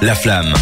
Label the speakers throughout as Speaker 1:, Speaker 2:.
Speaker 1: La flamme.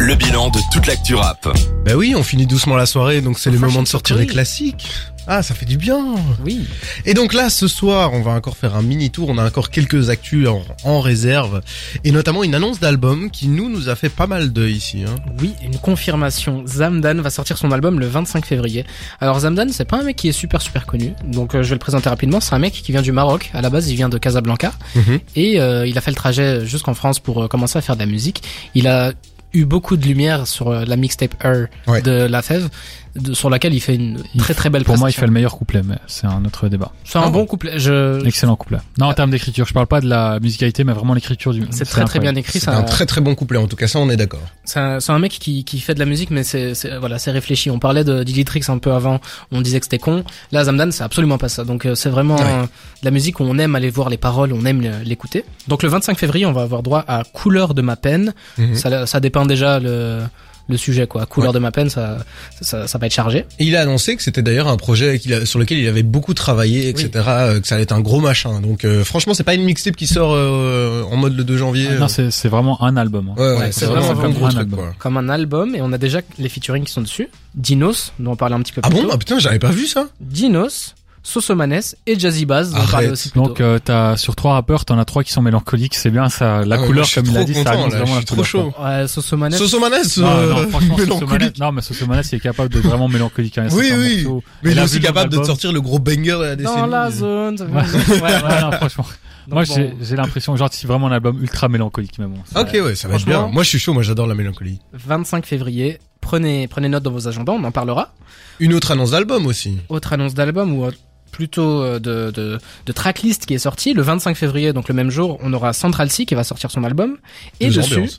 Speaker 1: Le bilan de toute l'actu rap.
Speaker 2: Bah oui, on finit doucement la soirée, donc c'est le
Speaker 3: Enfin,
Speaker 2: moment de
Speaker 3: je suis
Speaker 2: sortir les
Speaker 3: surpris.
Speaker 2: classiques. Ah, ça fait du bien.
Speaker 3: Oui.
Speaker 2: Et donc là, ce soir, on va encore faire un mini tour. On a encore quelques actus en, en réserve, et notamment une annonce d'album qui nous nous a fait pas mal d'œil ici. hein.
Speaker 3: Oui, une confirmation. Zamdan va sortir son album le 25 février. Alors Zamdan, c'est pas un mec qui est super super connu, donc euh, je vais le présenter rapidement. C'est un mec qui vient du Maroc. À la base, il vient de Casablanca
Speaker 2: Mhm.
Speaker 3: et euh, il a fait le trajet jusqu'en France pour euh, commencer à faire de la musique. Il a eu beaucoup de lumière sur euh, la mixtape Her
Speaker 2: Ouais.
Speaker 3: de La Fève, de- sur laquelle il fait une
Speaker 4: Il
Speaker 3: très très belle
Speaker 4: Pour moi, il fait
Speaker 3: prestation.
Speaker 4: le meilleur couplet, mais c'est un autre débat.
Speaker 3: C'est un
Speaker 2: Ah
Speaker 3: bon
Speaker 2: ouais.
Speaker 3: couplet. Je...
Speaker 4: Excellent couplet. Non, en termes d'écriture, je parle pas de la musicalité, mais vraiment l'écriture du.
Speaker 3: Ah. C'est très très bien
Speaker 4: incroyable.
Speaker 3: écrit.
Speaker 2: C'est
Speaker 3: ça-
Speaker 2: un très très bon couplet, en tout cas, ça on est d'accord.
Speaker 3: C'est un, c'est un mec qui, qui fait de la musique, mais c'est c'est- voilà, c'est réfléchi. On parlait de Digitrix un peu avant, on disait que c'était con. Là, Zamdan, c'est absolument pas ça. Donc euh, c'est vraiment
Speaker 2: Ouais.
Speaker 3: euh, de la musique où on aime aller voir les paroles, on aime euh, l'écouter. Donc le 25 février, on va avoir droit à Couleur de ma peine.
Speaker 2: Mhm.
Speaker 3: Ça, ça dépend déjà le, le sujet, quoi. Couleur de ma peine, ça, ça, ça va être chargé.
Speaker 2: Et il a annoncé que c'était d'ailleurs un projet qu'il a- sur lequel il avait beaucoup travaillé, etc. euh, Que ça allait être un gros machin. Donc euh, franchement, c'est pas une mixtape qui sort euh, en mode le 2 janvier. euh,
Speaker 4: Ah, Non, c'est c'est vraiment un album. hein.
Speaker 2: Ouais, ouais,
Speaker 3: Ouais,
Speaker 2: c'est
Speaker 3: c'est
Speaker 2: vraiment
Speaker 3: vraiment
Speaker 2: un gros
Speaker 4: un
Speaker 2: truc.
Speaker 4: album.
Speaker 2: quoi.
Speaker 3: Comme un album, et on a déjà les featuring qui sont dessus. Dinos, dont on parlait un petit peu
Speaker 2: Ah
Speaker 3: plus
Speaker 2: bon
Speaker 3: tôt.
Speaker 2: Ah putain, j'avais pas vu ça.
Speaker 3: Dinos, Sosomanes et Jazzy Bass, dont on
Speaker 2: Arrête.
Speaker 3: parlait aussi plus
Speaker 4: Donc,
Speaker 3: tôt.
Speaker 4: euh, t'as sur trois rappeurs, t'en as trois qui sont mélancoliques. C'est bien ça. La
Speaker 2: Ah, mais moi,
Speaker 4: couleur,
Speaker 2: je suis
Speaker 4: comme il
Speaker 2: trop
Speaker 4: a dit, ça
Speaker 2: content,
Speaker 4: annonce
Speaker 2: là,
Speaker 4: vraiment
Speaker 2: je
Speaker 4: la
Speaker 2: suis trop
Speaker 4: couleur,
Speaker 2: chaud.
Speaker 3: Ouais, Sosomanes,
Speaker 2: Sosomanes,
Speaker 4: quoi. Non, Ah, non,
Speaker 2: euh,
Speaker 4: franchement,
Speaker 2: mélancolique.
Speaker 4: Sosomanes- non, mais Sosomanes, il est capable de vraiment mélancolique. hein. Il y a
Speaker 2: Oui,
Speaker 4: certains
Speaker 2: oui. Mais
Speaker 4: morceaux- Elle
Speaker 2: il est
Speaker 4: a
Speaker 2: aussi
Speaker 4: vu le
Speaker 2: capable de
Speaker 4: nouvel
Speaker 2: sortir le gros banger de la décennie.
Speaker 3: dans la zone.
Speaker 4: Ouais, ouais, ouais, non, franchement.
Speaker 3: Donc
Speaker 4: Moi,
Speaker 3: bon.
Speaker 4: j'ai j'ai l'impression, genre, c'est vraiment un album ultra mélancolique, même.
Speaker 2: Ok, ouais, ça va être
Speaker 3: Franchement-
Speaker 2: bien. Moi, je suis chaud, moi, j'adore la mélancolie.
Speaker 3: 25 février. Prenez, prenez note dans vos agendas, on en parlera.
Speaker 2: Une autre annonce d'album aussi.
Speaker 3: Autre annonce d'album ou euh, plutôt euh, de, de, de tracklist qui est sorti. Le 25 février, donc le même jour, on aura Central C qui va sortir son album. Et
Speaker 2: Deux
Speaker 3: dessus,
Speaker 2: ambiances.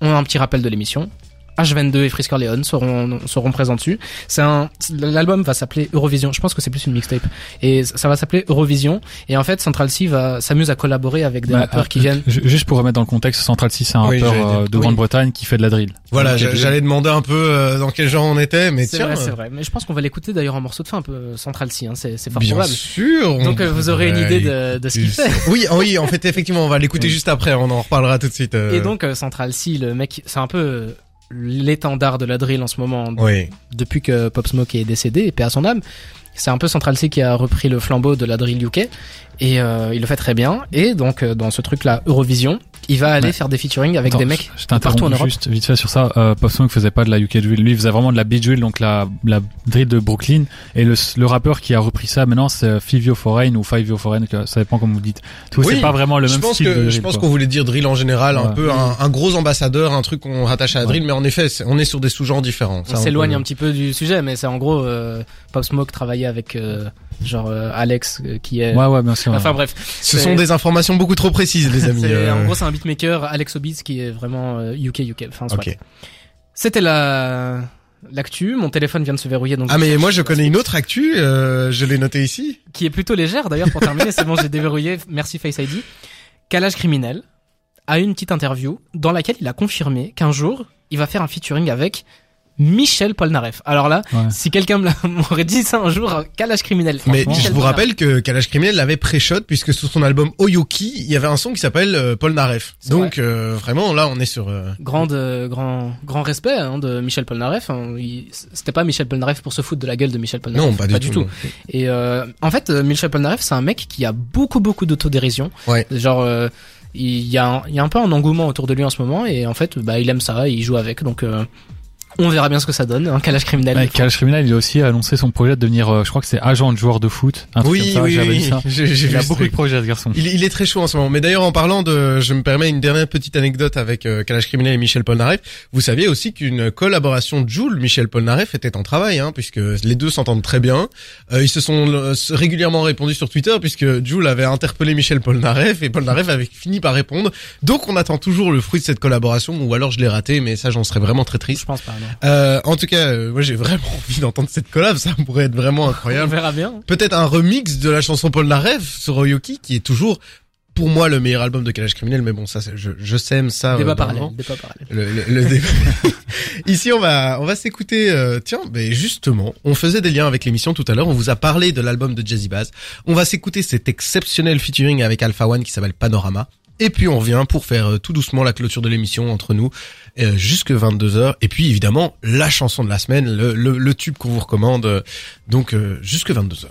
Speaker 3: on a un petit rappel de l'émission. H22 et Frisk Orleans seront, seront présents dessus. C'est un, l'album va s'appeler Eurovision. Je pense que c'est plus une mixtape. Et ça va s'appeler Eurovision. Et en fait, Central C va, s'amuse à collaborer avec des
Speaker 4: Bah,
Speaker 3: rappeurs qui
Speaker 4: euh,
Speaker 3: viennent.
Speaker 4: ju- Juste pour remettre dans le contexte, Central 6, c'est un
Speaker 2: Oui,
Speaker 4: rappeur
Speaker 2: j'allais dire.
Speaker 4: euh, de
Speaker 2: Oui.
Speaker 4: Grande-Bretagne qui fait de la drill.
Speaker 2: Voilà,
Speaker 4: Ok,
Speaker 2: j'a-
Speaker 4: bien.
Speaker 2: j'allais demander un peu euh, dans quel genre on était, mais
Speaker 3: C'est
Speaker 2: tiens. euh,
Speaker 3: vrai, c'est vrai. Mais je pense qu'on va l'écouter d'ailleurs en morceau de fin un peu Central C, hein. c'est, c'est fort
Speaker 2: Bien
Speaker 3: probable.
Speaker 2: sûr. on-
Speaker 3: Donc euh, vous aurez une
Speaker 2: Ouais,
Speaker 3: idée de, de ce qu'il
Speaker 2: il-
Speaker 3: fait.
Speaker 2: Oui, ah oui, en fait, effectivement, on va l'écouter juste après, on en reparlera tout de suite. euh.
Speaker 3: Et donc euh, Central C, le mec, c'est un peu euh, l'étendard de la drill en ce moment,
Speaker 2: Oui.
Speaker 3: depuis que Pop Smoke est décédé, et paix à son âme. C'est un peu Central C qui a repris le flambeau de la drill UK, et euh, il le fait très bien. Et donc euh, dans ce truc-là, Eurovision, il va aller
Speaker 4: Ouais.
Speaker 3: faire des featuring avec
Speaker 4: Attends,
Speaker 3: des mecs
Speaker 4: je- je
Speaker 3: partout en
Speaker 4: t'interromps
Speaker 3: Europe.
Speaker 4: juste vite fait sur ça. Euh, Pop Smoke faisait pas de la UK drill, lui il faisait vraiment de la beach drill, donc la la drill de Brooklyn. Et le le rappeur qui a repris ça maintenant c'est Fivio Foreign ou Fivio Foreign, que- ça dépend comme vous dites. Tout
Speaker 2: Oui,
Speaker 4: c'est pas vraiment le
Speaker 2: Je
Speaker 4: même
Speaker 2: pense
Speaker 4: style de
Speaker 2: que je
Speaker 4: drill,
Speaker 2: pense
Speaker 4: quoi.
Speaker 2: qu'on voulait dire drill en général, un
Speaker 4: Ouais.
Speaker 2: peu un, un gros ambassadeur, un truc qu'on rattache à la
Speaker 4: Ouais.
Speaker 2: drill, mais en effet, c'est- on est sur des sous-genres différents.
Speaker 3: On s'éloigne un petit peu du sujet, mais c'est en gros euh, Pop Smoke travaillait avec euh, genre euh, Alex euh, qui est.
Speaker 4: Ouais ouais bien sûr.
Speaker 3: Enfin bref.
Speaker 2: Ce
Speaker 3: c'est-
Speaker 2: sont des informations beaucoup trop précises, les amis.
Speaker 3: C'est-
Speaker 2: euh.
Speaker 3: En gros, c'est un beatmaker, Alex Obis, qui est vraiment euh, UK, UK. Enfin,
Speaker 2: Ok.
Speaker 3: soit. C'était la l'actu. Mon téléphone vient de se verrouiller, donc
Speaker 2: Ah mais moi je connais une autre actu, euh, je l'ai notée ici.
Speaker 3: qui est plutôt légère d'ailleurs. Pour terminer, c'est bon, j'ai déverrouillé. Merci Face ID. Calage criminel a eu une petite interview dans laquelle il a confirmé qu'un jour, il va faire un featuring avec Michel Polnareff. Alors là,
Speaker 4: Ouais.
Speaker 3: si quelqu'un me l'a- m'aurait dit ça un jour, Calage criminel.
Speaker 2: Mais
Speaker 4: Franchement.
Speaker 2: je vous rappelle que Kalash Criminel l'avait pré-shot puisque sur son album Oyoki, il y avait un son qui s'appelle euh, Polnareff.
Speaker 3: C'est
Speaker 2: Donc euh, vraiment là on est sur euh,
Speaker 3: Grande, euh, grand, grand respect hein, de Michel Polnareff. hein. Il- C'était pas Michel Polnareff pour se foutre de la gueule de Michel Polnareff.
Speaker 2: non, pas du tout.
Speaker 3: Et euh, en fait, euh, Michel Polnareff, c'est un mec qui a beaucoup, beaucoup d'autodérision.
Speaker 2: Ouais.
Speaker 3: Genre, euh, il y, a un- il y a un peu un engouement autour de lui en ce moment, et en fait, bah, il aime ça, et il joue avec, donc euh, on verra bien ce que ça donne, un calage criminel.
Speaker 4: Ouais, Kalash Criminal, il a aussi annoncé son projet de devenir, euh, je crois que c'est agent de joueur de foot. Un truc
Speaker 2: Oui,
Speaker 4: comme ça,
Speaker 2: oui,
Speaker 4: j'avais
Speaker 2: oui,
Speaker 4: vu ça.
Speaker 2: j'ai j'ai
Speaker 4: Il
Speaker 2: vu
Speaker 4: a
Speaker 2: ce
Speaker 4: beaucoup
Speaker 2: truc.
Speaker 4: de projets, ce garçon.
Speaker 2: Il, il est très chaud en ce moment. Mais d'ailleurs, en parlant de, je me permets une dernière petite anecdote avec euh, Kalash Criminel et Michel Polnareff. Vous saviez aussi qu'une collaboration Joule Michel Polnareff était en travail, hein, puisque les deux s'entendent très bien. Euh, ils se sont euh, s- régulièrement répondus sur Twitter, puisque Joule avait interpellé Michel Polnareff et Polnareff avait fini par répondre. Donc, on attend toujours le fruit de cette collaboration, ou alors je l'ai raté, mais ça, j'en serais vraiment très
Speaker 3: Je
Speaker 2: triste.
Speaker 3: pense pas, non.
Speaker 2: Euh, en tout cas, euh, moi, j'ai vraiment envie d'entendre cette collab. Ça pourrait être vraiment
Speaker 3: On
Speaker 2: incroyable
Speaker 3: verra bien.
Speaker 2: peut-être un remix de la chanson Paul Narev sur Oyoki qui est toujours pour moi le meilleur album de Calage Criminel mais bon ça c'est- je, je sème ça euh, dans
Speaker 3: débat
Speaker 2: le
Speaker 3: parallèle,
Speaker 2: vent.
Speaker 3: débat parallèle.
Speaker 2: le, le- le débat. Ici, on va, on va s'écouter. euh, tiens, mais justement, on faisait des liens avec l'émission tout à l'heure. On vous a parlé de l'album de Jazzy Bass. On va s'écouter cet exceptionnel featuring avec Alpha One qui s'appelle Panorama. Et puis on revient pour faire euh, tout doucement la clôture de l'émission entre nous euh, jusque 22h. Et puis évidemment la chanson de la semaine, le, le, le tube qu'on vous recommande. euh, Donc euh, jusque 22h.